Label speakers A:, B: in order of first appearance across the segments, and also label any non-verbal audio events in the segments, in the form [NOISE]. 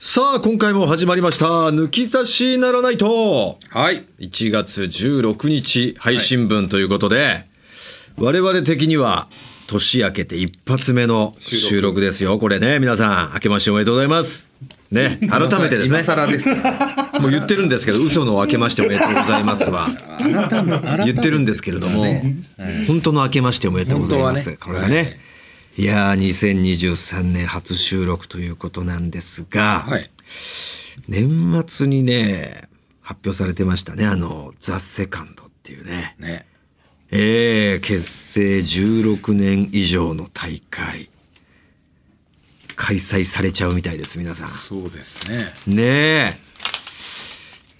A: さあ、今回も始まりました。抜き差しならないと。
B: はい。
A: 1月16日配信分ということで、はい、我々的には年明けて一発目の収録ですよ。これね、皆さん、明けましておめでとうございます。ね、改めてです [LAUGHS] ね。
B: です
A: もう言ってるんですけど、嘘の明けましておめでとうございますは。言ってるんですけれども、本当の明けましておめでとうございます。ね、これはね。はいいやー、2023年初収録ということなんですが、はい、年末にね、発表されてましたね、あの、ザ・セカンドっていうね。ね。えー、結成16年以上の大会、開催されちゃうみたいです、皆さん。
B: そうですね。
A: ねえ。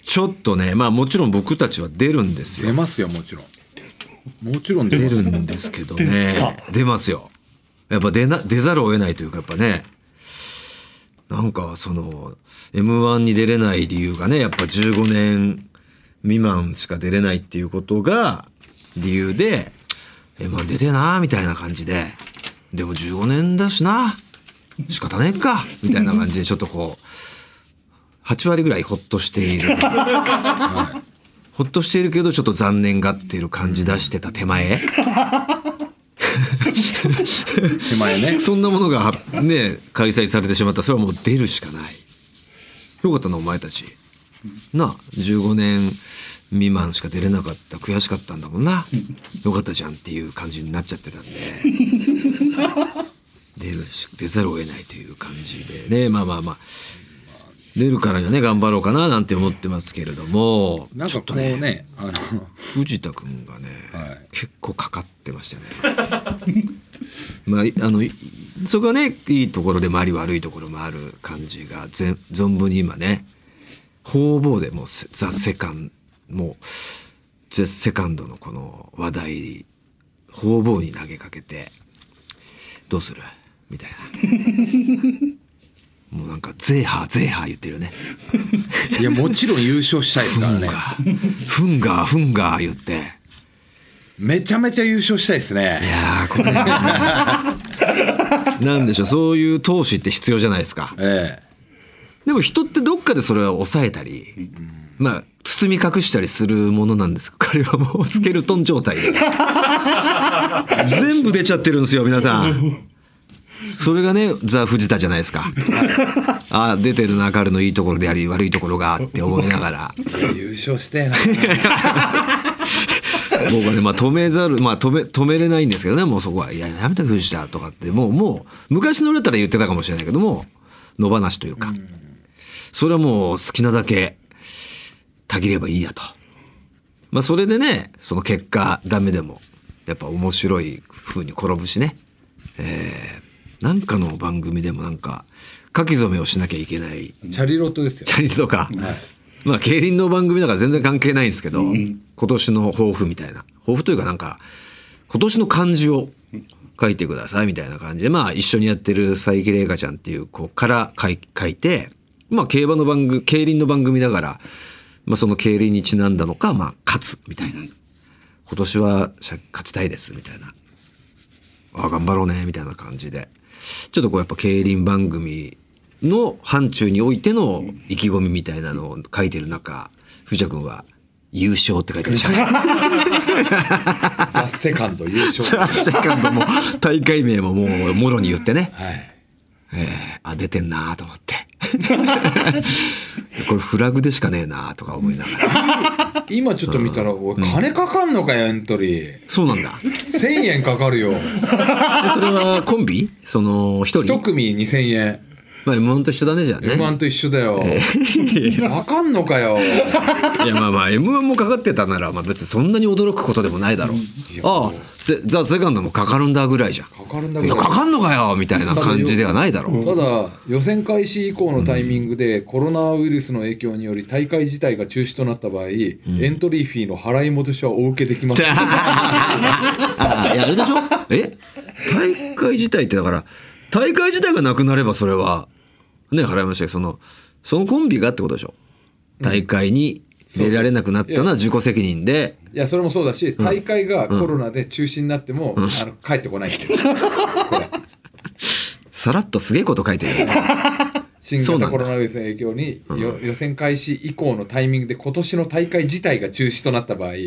A: ちょっとね、まあもちろん僕たちは出るんですよ。
B: 出ますよ、もちろん。もちろん
A: 出るんですけどね。出ますよ。やっぱ出な、出ざるを得ないというか、やっぱね、なんかその、M1 に出れない理由がね、やっぱ15年未満しか出れないっていうことが理由で、M1 出てなみたいな感じで、でも15年だしな仕方ねえかみたいな感じで、ちょっとこう、8割ぐらいほっとしてい [LAUGHS] る。はい、ほっとしているけど、ちょっと残念がっている感じ出してた手前。
B: 手前
A: [LAUGHS]
B: ね
A: そんなものがね開催されてしまったそれはもう出るしかないよかったなお前たちなあ15年未満しか出れなかった悔しかったんだもんなよかったじゃんっていう感じになっちゃって
B: [LAUGHS]
A: たんで出るし出ざるを得ないという感じでねまあまあまあ出るからにはね頑張ろうかななんて思ってますけれども
B: なんかこうねねあの
A: 藤田君がね、はい、結構かかってましたね [LAUGHS] まああのそこはねいいところでもあり悪いところもある感じが全存分に今ね方々でもう「ザ・セカンド」もう「ザ・セカンド」のこの話題方々に投げかけて「どうする?」みたいな。
B: [LAUGHS]
A: もうなんかゼーハーゼーハー言ってるね。
B: いやもちろん優勝したいですからね。
A: フンガーフンガー言って。
B: めちゃめちゃ優勝したいですね。
A: いやこれ、ね、 [LAUGHS] なんでしょうそういう投資って必要じゃないですか。ええ、でも人ってどっかでそれは抑えたり、うん、まあ包み隠したりするものなんです彼はもうスケルトン状態で全部出ちゃってるんですよ皆さん。それがね、ザ・藤田じゃないですか。ああ、出てるな、彼のいいところであり、悪いところがって思いながら。
B: 優勝して
A: [LAUGHS] 僕はね、まあ、止めざる、まあ、止め、止めれないんですけどね、もうそこは、いや、やめて藤田とかって、もう、もう、昔の俺だったら言ってたかもしれないけども、野放しというか、それはもう好きなだけ、たぎればいいやと。まあ、それでね、その結果、ダメでも、やっぱ面白い風に転ぶしね。えー、なんかの番組でもなんか書き初めをしなきゃいけない。
B: チャリロットですよ。
A: チャリとか。はい、まあ競輪の番組だから全然関係ないんですけど、うん、今年の抱負みたいな抱負というかなんか今年の漢字を書いてくださいみたいな感じでまあ一緒にやってる佐伯玲香ちゃんっていう子から書い書いてまあ競馬の番組競輪の番組だから、まあ、その競輪にちなんだのかまあ勝つみたいな今年は勝ちたいですみたいなあ頑張ろうねみたいな感じで。ちょっとこうやっぱ競輪番組の範疇においての意気込みみたいなのを書いてる中、藤田君は優勝って書いてましたね。
B: ザ・セカンド優勝。
A: ザ・セカンドも大会名ももうもろに言ってね。はい。えー、あ、出てんなと思って。これフラグでしかねえなとか思いながら。
B: 今ちょっと見たら、おい、金かかんのかよ、エントリー。
A: そうなんだ。
B: 1000円かか
A: [LAUGHS]
B: るよ。それ
A: はコンビその、一人
B: 一組2000円。
A: まあ M1 と一緒だねじゃあね。
B: M1 と一緒だよ。わかんのかよ。
A: いやまあまあ M1 もかかってたならまあ別にそんなに驚くことでもないだろう。ああ、ザ・セカンドもかかるんだぐらいじゃん。
B: かかるんだ
A: ぐらい。いやかかんのかよみたいな感じではないだろ [LAUGHS] う。
B: ただ予選開始以降のタイミングでコロナウイルスの影響により大会自体が中止となった場合、エントリーフィーの払い戻しはお受けでき [LAUGHS] ません。
A: ああれでしょえ大会自体ってだから大会自体がなくなればそれはね、払いましたけど、その、そのコンビがってことでしょ。大会に出られなくなったのは自己責任で。
B: いや、それもそうだし、大会がコロナで中止になっても、うんうん、あの帰ってこないっていう。
A: さらっとすげえこと書いてるよ、ね。
B: 新
A: そうなん
B: 型
A: だ
B: コロナウイルスの影響に、よ予選開始以降のタイミングで今年の大会自体が中止となった場合、
A: ん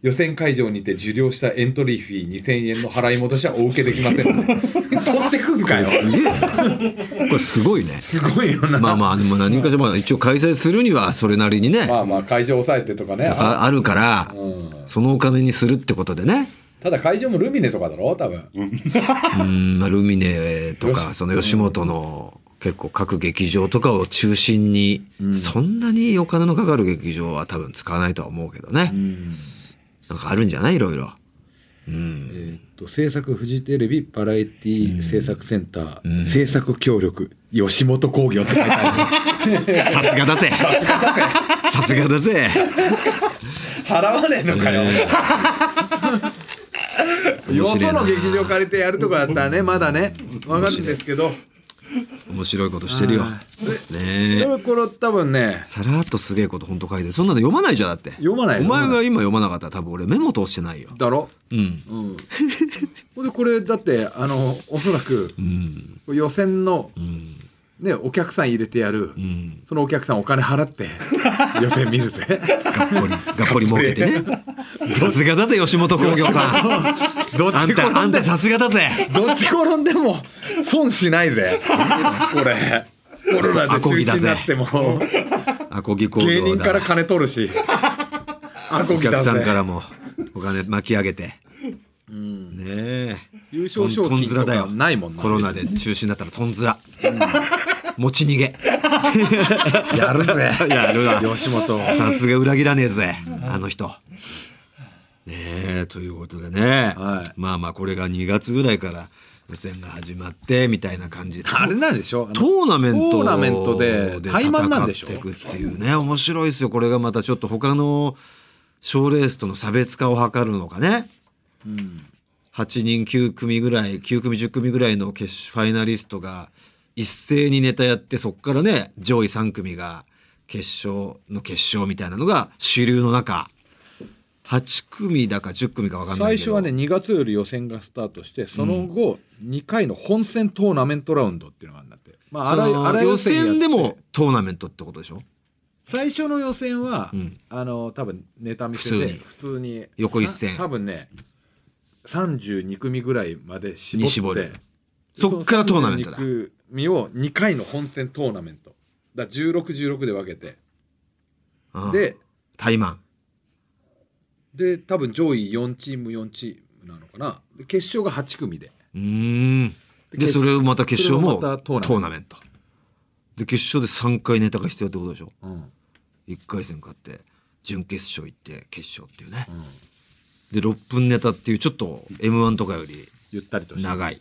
B: 予選会場にて受領したエントリーフィー2000円の払い戻しはお受けできませんので [LAUGHS] 取ってくんかよ
A: すげえなこれすごいね
B: すごいよな
A: [LAUGHS] まあまあでも何かしらまあ一応開催するにはそれなりにね
B: まあまあ会場抑えてとかねあ
A: ああるからそのお金にするってことで [LAUGHS] ね
B: ただ会場もルミネとかだろ多分
A: うんまあルミネと
B: よ
A: か
B: し
A: その吉本の結構各劇場とかを中心にそんなにお金のかかる劇場は多分使わないとは思うけどねなんかあるんじゃないいろい [LAUGHS] ろ
C: えーっと制作フジテレビバラエティ制作センター、制作協力吉本興業って書いてある
A: さすがだぜさすがだぜ
B: 払わねえのかよ、
A: 面
B: よ
A: 白いな
B: その劇場借りてやるとかだったらねまだねわかるんですけど
A: 面白いことしてるよねえ
B: うんこれ多分ね
A: さらっとすげえこと本当書いてるそんなの読まないじゃんだって
B: 読まない
A: お
B: よ
A: 前が今読まなかったら多分俺メモ通してないよ
B: だろ
A: うん [LAUGHS]
B: うん、ほんでこれだってあのおそらく
A: うん
B: 予選の、
A: うん
B: ね、お客さん入れてやる、
A: うん
B: そのお客さんお金払って [LAUGHS] 予選見るぜ
A: がっぽりがっぽり儲けてねさすがだぜ吉本興業さん
B: どっ
A: あん
B: ち
A: たあ
B: 転ん
A: ん
B: で
A: たさすがだぜ
B: どっち転んでも損しないぜこれコロナで中止になっても
A: アコギ工
B: 芸
A: 業
B: 人から
A: だ
B: 金取
A: [LAUGHS]
B: るしアコ
A: お
B: ギ
A: 客
B: だ
A: さん
B: ぜ
A: からもお金巻き上げてねえ
B: 優勝賞
A: とん
B: 金
A: ずら
B: と
A: だよ
B: かないもんな
A: コロナで中止になったらとんずら持ち逃げ
B: [LAUGHS] やるぜ
A: [LAUGHS] やるな
B: 吉本
A: [LAUGHS] さすが裏切らねえぜ、あの人。ねえ、ということでね、
B: はい
A: まあまあこれが2月ぐらいから予選が始まってみたいな感じで。
B: あれなんでしょ
A: トーナメント
B: トーナメントで怠慢なんでしょ
A: 戦っていくっていうね、面白いですよ。これがまたちょっと他の賞レースとの差別化を図るのかね。8人9組ぐらい、9組10組ぐらいの決勝ファイナリストが一斉にネタやって、そっからね、上位3組が決勝の決勝みたいなのが主流の中、8組だか10組か分かんない
B: 最
A: け
B: 初
A: ど。
B: はね2月より予選がスタートしてその後、2回の本戦トーナメントラウンドっていうのがあるんだって、まあ、あらゆ
A: その
B: あらゆる
A: 予
B: やって
A: 選でもトーナメントってことでしょ
B: 最初の予選は、
A: ん
B: あの多分ネタ見せで
A: 普
B: 普通に
A: 横一線
B: さ多分ね32組ぐらいまで絞
A: に
B: って
A: 絞るそっからトーナメントだ
B: その32組を2回の本戦トーナメントだ1616で分けて
A: うん
B: で
A: 怠慢。
B: で多分上位4チーム4チームなのかなで決勝が8組で
A: うーんで
B: 決
A: それをまた決勝も
B: それをまた
A: ト
B: トーナメント
A: ーナメントで決勝で3回ネタが必要ってことでしょ
B: うん
A: 1回戦勝って準決勝行って決勝っていうね、で6分ネタっていうちょっと m 1とかより
B: ゆったりとして
A: 長い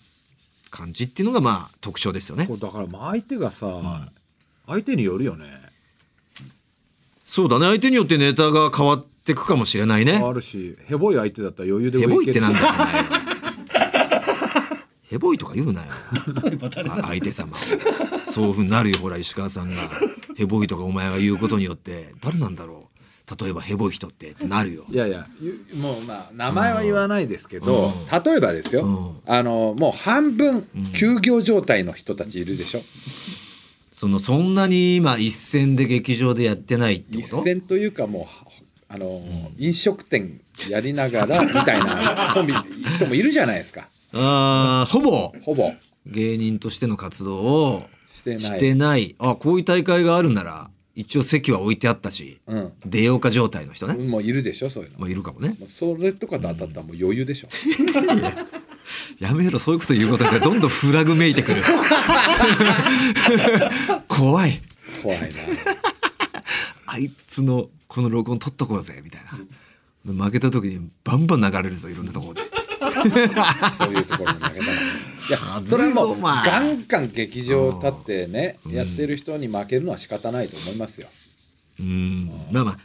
A: 感じっていうのがまあ特徴ですよね
B: こうだからまあ相手がさ、相手によるよね
A: そうだね相手によってネタが変わってくかもしれないね
B: あるしヘボい相手だったら余裕で
A: ヘボいってなんんだよお前ヘボいとか言うなよあ相手様そういうふうになるよほら石川さんがヘボいとかお前が言うことによって誰なんだろう例えばヘボい人ってってなるよ
B: いやいやゆもうまあ名前は言わないですけど、例えばですよ、
A: うん
B: あのもう半分休業状態の人たちいるでしょ、
A: そのそんなに今一戦で劇場でやってないって
B: 一
A: こと
B: 線というかもうあの、飲食店やりながらみたいなコンビ人もいるじゃないですか
A: あーほぼ
B: ほぼ
A: 芸人としての活動を
B: してない
A: してないあこういう大会があるなら一応席は置いてあったし
B: うん
A: 出ようか状態の人ね、
B: もういるでしょそういうの
A: まあ、いるかもね
B: もうそれとかと当たったらもう余裕でしょ、
A: やめろ、そういうこと言うことでどんどんフラグめいてく [LAUGHS] る。怖い。
B: 怖いな
A: あいつのこの録音取っとこうぜ、みたいな。負けた時にバンバン流れるぞ、いろんなところで。
B: そういうところに負けたらね。いや
A: 恥ず
B: そ
A: いぞ
B: れはも
A: お
B: う
A: 前
B: ガンガン劇場立ってねやってる人に負けるのは仕方ないと思いますよ。
A: うん。まあま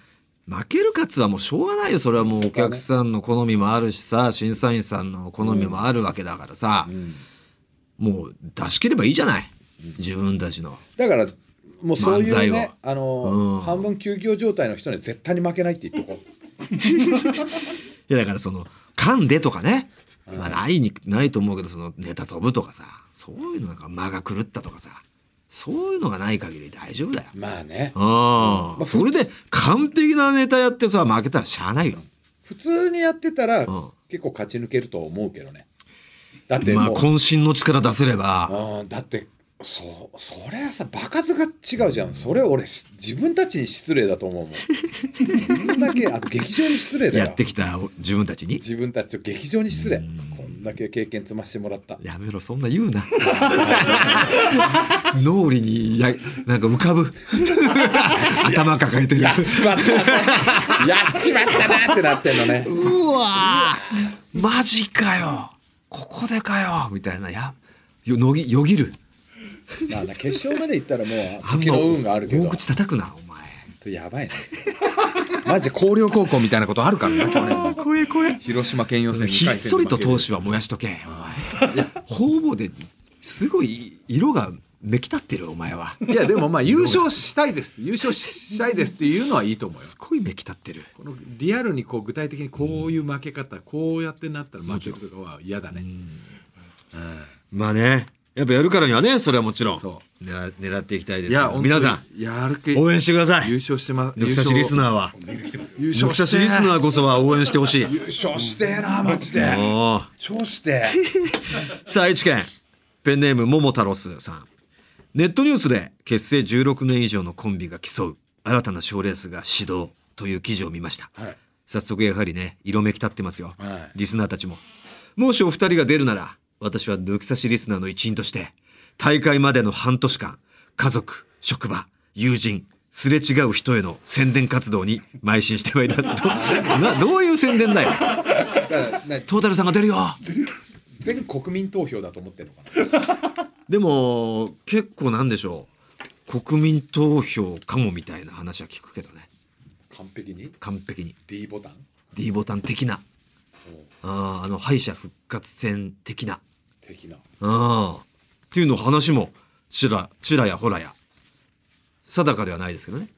A: あ、負ける勝つはもうしょうがないよ。それはもうお客さんの好みもあるしさ、審査員さんの好みもあるわけだからさ、もう出し切ればいいじゃない。自分たちの。
B: だからもうそうい
A: 漫才
B: う
A: を
B: ねあの、
A: うん
B: 半分休業状態の人には絶対に負けないって言っとこ
A: いやだからその噛んでとかね、まあ、ないにないと思うけどそのネタ飛ぶとかさそういうのなんか間が狂ったとかさそういうのがない限り大丈夫だよ。
C: まあね
A: あ
B: まあ
A: あ、それで完璧なネタやってさ、負けたらしゃあないよ。
B: 普通にやってたら
A: うん
B: 結構勝ち抜けると思うけどねだって
A: まあ、
B: もう、
A: 渾身の力出せれば、
B: うんだってそうそれはさ場数が違うじゃんそれ俺し自分たちに失礼だと思うもんこんだけあと劇場に失礼だよ
A: やってきた自分たちに。
B: 自分たちを劇場に失礼こんだけ経験積ましてもらった
A: やめろ、そんな言うな。
B: [LAUGHS]
A: 脳裏にや、なんか浮か
B: [LAUGHS]
A: ぶ。頭抱えてる。
B: やっちまったなやっちまったなってなってんのね
A: うわーマジかよここでかよみたいな、や、よのぎ、よぎる。
B: まあな決勝まで行ったらもう
A: あん
B: 時
A: ま
B: の運があるけど
A: 大口叩くな、お前。
B: やばいなそれマジで広陵高校みたいなことあるからな去年
A: あー怖え怖え。
B: 広島県予選
A: ひっそりと投
B: 資
A: 資は燃やしとけお前方々ですごい色がめき立ってるお前はい
D: やでもまあ優勝したいです優勝したいですっていうのはいいと思うよ
A: すごいめき立ってる
D: このリアルにこう具体的にこういう負け方、こうやってなったら負けるとかは嫌だね、
A: まあねやっぱやるからにはねそれはもちろん
D: そ
A: 狙狙っていきたいで
D: い
A: す
D: や
A: よ皆さ
D: んやる気
A: ん応援してください
D: 優勝してます
A: 抜き差しリスナーは
D: 優
A: 抜
D: 勝
A: き
D: して
A: 差しリスナーこそは応援してほしい
B: 優勝してえなマジで
A: おー
B: 超して
A: さあ愛知県ペンネーム桃太郎スさんネットニュースで結成16年以上のコンビが競う新たな賞レースが始動という記事を見ました、
B: はい
A: 早速やはりね色めき立ってますよ、
B: は
A: リスナーたちももしお二人が出るなら私は抜き差しリスナーの一員として大会までの半年間家族職場友人すれ違う人への宣伝活動に邁進してまいりますど [LAUGHS] などういう宣伝だよ
B: だからな
A: トータルさんが出るよ
B: 全国民投票だと思ってるのかな
A: でも結構なんでしょう国民投票かもみたいな話は聞くけどね
B: 完璧に
A: 完璧に
B: D ボタン
A: D ボタン的なあーあの敗者復活戦的な
B: 的な
A: あーっていうの話もちらちらやほらや定かではないですけどね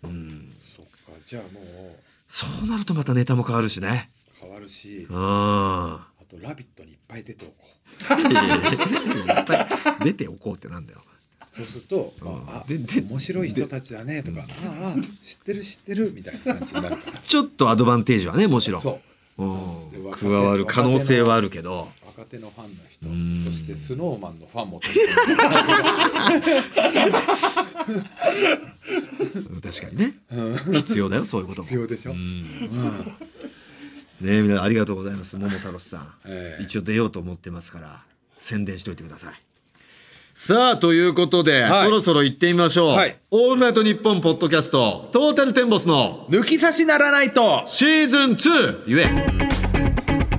B: そっかじゃあもう
A: そうなるとまたネタも変わるしね
B: 変わるし
A: あ
B: あと「ラビット!」にいっぱい出ておこう
A: あ
B: [LAUGHS]
A: やっぱり出ておこうってなんだよ
B: そうすると「ああ
A: でで
B: 面白い人たちだね」とか「ああ知ってる知ってる」みたいな感じにな
A: [LAUGHS]
B: るか
A: ちょっとアドバンテージはねもちろ
B: ら
A: ん
B: そう
A: うん加わる可能性はあるけど
B: 若手のファンの
A: ん
B: 人そしてスノーマンのファンも
A: 確かにね必要だよそういうことも
B: 必要でしょ、
A: ねえみんなありがとうございます桃太郎さん、
B: ええ
A: 一応出ようと思ってますから宣伝しておいてくださいさあということで、
B: はい
A: そろそろ行ってみましょう、
B: はい
A: オールナイトニッポン」ポッドキャストトータルテンボスの
B: 抜き差しならないと
A: シーズン2ゆえ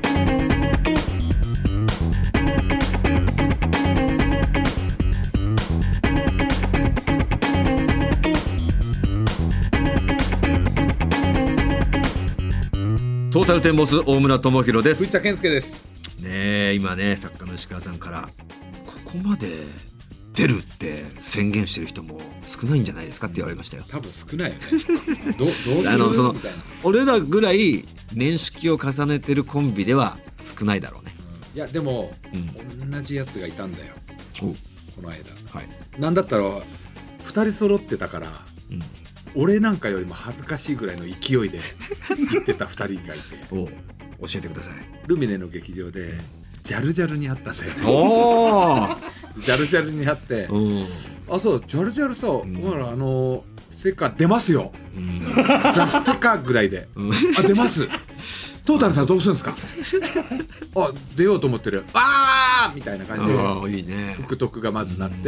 A: トータルテンボス大村智弘です
B: 藤田健介です
A: ねえ今ね作家の石川さんからここまで出るって宣言してる人も少ないんじゃないですかって言われましたよ。
B: 多分少ないよねどどうする
A: あのその
B: みたいな
A: 俺らぐらい年式を重ねてるコンビでは少ないだろうね。
B: いやでも、
A: う
B: 同じやつがいたんだよこの間
A: はい。
B: なんだったら2人揃ってたから
A: う
B: 俺なんかよりも恥ずかしいぐらいの勢いで行ってた2人がいて
A: ん。お教えてください。
B: ルミネの劇場でジャルジャルに会ったんだよ
A: おお。
B: ジャルジャルに会って
A: うん。
B: あそうジャルジャルさ、お
A: ん
B: 前らあのーセカ出ますよ
A: [LAUGHS] うん
B: ザ・セカぐらいで
A: うん
B: あ出ますトータルさんどうす
A: [LAUGHS]
B: るんですかあ出ようと思ってるあーみたいな感じで
A: ああいいね。
B: 福徳がまずなって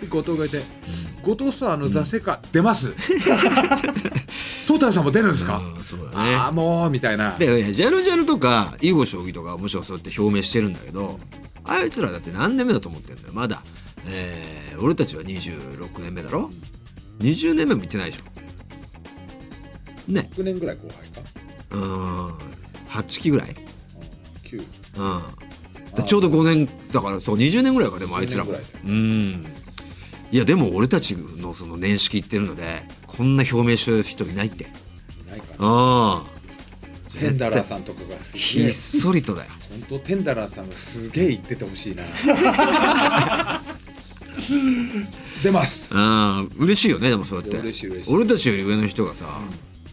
B: で後藤がいて「後藤さんあのザ・セカ
A: [LAUGHS]
B: 出ます」トータルさんも出るんですか、
A: うんそうだね。
B: ああもうみたいな
A: でジャルジャルとか囲碁将棋とかはむしろそうやって表明してるんだけどあいつらだって何年目だと思ってんだよまだ、えー俺たちは26年目だろ20年目も行ってないでしょね
B: 6年ぐらい後輩か
A: うーん8期ぐらい、
B: 9
A: うん、でちょうど5年だからそう20年ぐらいかでもあいつらも
B: 20年ぐ
A: うんいやでも俺たちのその年式言ってるのでこんな表明してる人いないって
B: いないかな
A: ああ
B: テンダラーさんとかがすげ
A: ひっ
B: え
A: そりとだよ [LAUGHS]
B: 本当テンダラーさんがすげえ言っててほしいな出ます
A: あー嬉しいよねでもそうやって
B: 嬉しい嬉しい
A: 俺たちより上の人がさ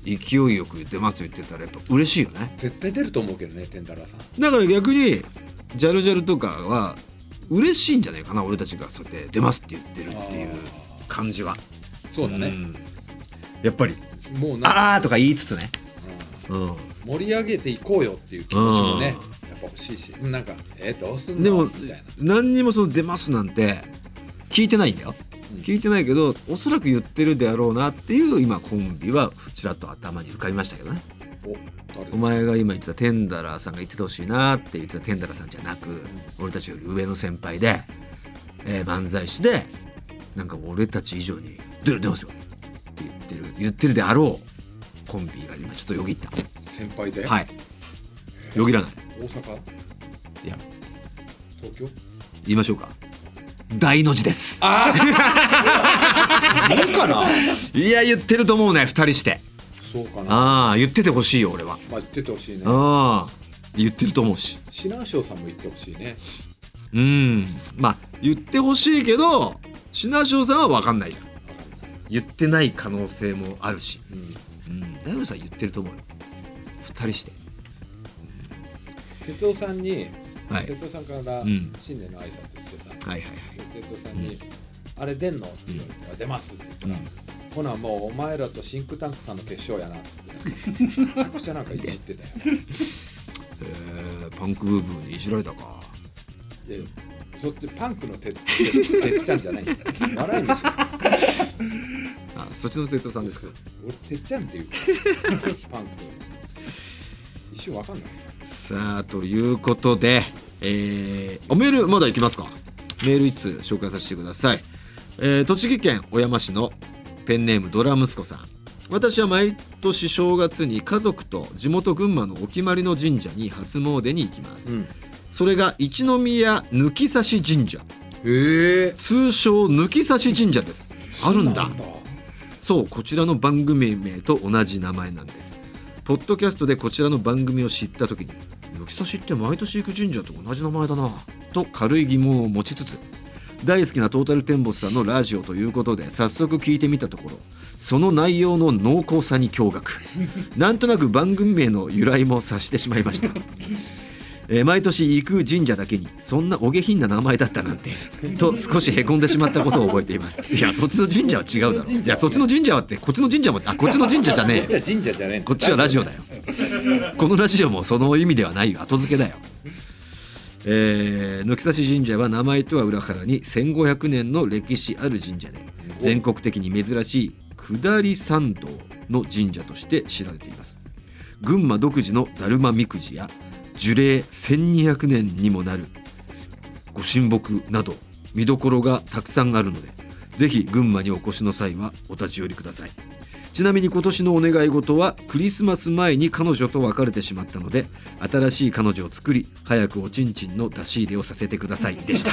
A: 勢いよく言ってますよ言ってたらやっぱ嬉しいよね
B: 絶対出ると思うけどねテンダラーさん
A: だから逆にジャルジャルとかは嬉しいんじゃないかな俺たちがそうやって出ますって言ってるっていう感じは
B: そうだね、
A: やっぱり
B: もうなんか
A: あーとか言いつつねうん
B: 盛り上げていこうよっていう気持ちもねやっぱ欲しいしなんかえどうすん
A: で
B: の
A: も
B: みたいな
A: 何にもその出ますなんて聞いてないんだよ、
B: うん
A: 聞いてないけどおそらく言ってるであろうなっていう今コンビはちらっと頭に浮かびましたけどね
B: お誰
A: お前が今言ってたテンダラーさんが言っててほしいなって言ってたテンダラーさんじゃなく俺たちより上の先輩で、えー漫才師でなんか俺たち以上に「出る出ますよ」って言ってる言ってるであろうコンビが今ちょっとよぎった
B: 先輩で、
A: はいよぎらない
B: 大阪
A: いや
B: 東京
A: 言いましょうか大の字です
C: いるかない
A: や言ってると思うね2人して
B: そうかな
A: ああ言っててほしいよ俺は
B: まあ言っててほしいね
A: ああ言ってると思うし
B: シナーショーさんも言ってほしいね
A: うんまあ言ってほしいけど品潮さんは分かんないじゃん言ってない可能性もあるし、うん、大悟さん言ってると思うよ2人して
B: 哲夫さんに、
A: はい
B: 哲夫さんから
A: うん
B: 新年の挨拶してさ、
A: はいはいはい
B: 哲夫さんに、あれ出んの?」って言われてあ「出ます」って言ったら「ほなもうお前らとシンクタンクさんの決勝やな」っつってめちゃくちゃなんかいじってたよ
A: [LAUGHS] えーパンクブーブーにいじられたか
B: いやそってパンクのてっぺっちゃんじゃないんだよ笑い飯
A: あそっちの生徒さんですけど
B: 俺てっちゃんっていうからパンク一瞬わかんない
A: さあということで、えーおメールまだいきますかメール1通紹介させてください、えー栃木県小山市のペンネームドラ息子さん私は毎年正月に家族と地元群馬のお決まりの神社に初詣に行きます、
B: うん
A: それが一宮抜き差し神社
B: へえ
A: 通称抜き差し神社ですあるんだそうこちらの番組名と同じ名前なんですポッドキャストでこちらの番組を知った時に「抜き差しって毎年行く神社と同じ名前だな」と軽い疑問を持ちつつ大好きなトータルテンボスさんのラジオということで早速聞いてみたところその内容の濃厚さに驚愕なんとなく番組名の由来も察してしまいました [LAUGHS] えー毎年行く神社だけにそんなお下品な名前だったなんてと少しへこんでしまったことを覚えていますいやそっちの神社は違うだろいやそっちの神社はってこっちの神社もあこっちの神社じゃねえ
B: じゃ
A: よ
B: あ神社じゃねえんだ
A: こっちはラジオだよこのラジオもその意味ではないよ後付けだよえー抜き差し神社は名前とは裏腹に1500年の歴史ある神社で全国的に珍しい下り参道の神社として知られています群馬独自のだるまみくじや樹齢1200年にもなるご神木など見どころがたくさんあるのでぜひ群馬にお越しの際はお立ち寄りくださいちなみに今年のお願い事はクリスマス前に彼女と別れてしまったので新しい彼女を作り早くおちんちんの出し入れをさせてくださいでした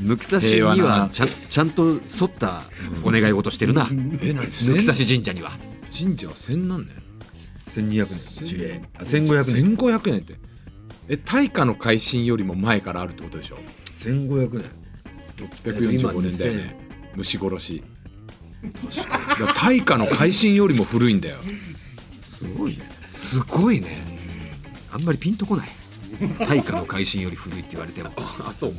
A: 抜き差しに
D: 平和だ
A: は
D: な
A: ちゃんちゃんと沿ったお願い事してるな
D: え何
A: 抜き差し神社には
D: 神社は千何年
A: 1200年樹齢あ1500年
D: 千五百年ってえ大化の改新よりも前からあるってことでしょ
A: 1500年
D: 645年だよね虫殺し確かに大化の改新よりも古いんだよ
A: すごいね
D: すごいね
A: あんまりピンとこ [LAUGHS] ない大化の改新より古いって言われても
D: あそう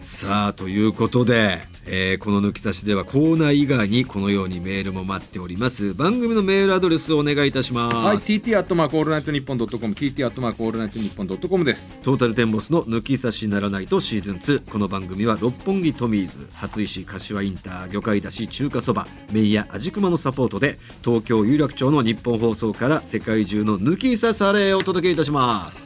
A: さあということで、えーこの抜き差しではコーナー以外にこのようにメールも待っております番組のメールアドレスをお願いいたします、
B: はい TT アットマークオールナイトニッポンドットコム TT アットマークオールナイトニッポンドットコムです
A: トータルテンボスの抜き差しならないとシーズン2この番組は六本木トミーズ初石柏インター魚介だし中華そば麺屋味熊のサポートで東京有楽町の日本放送から世界中の抜き差されをお届けいたします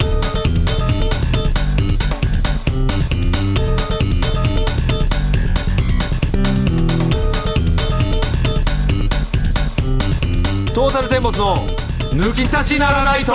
A: トータルテンボスの抜き差しならないと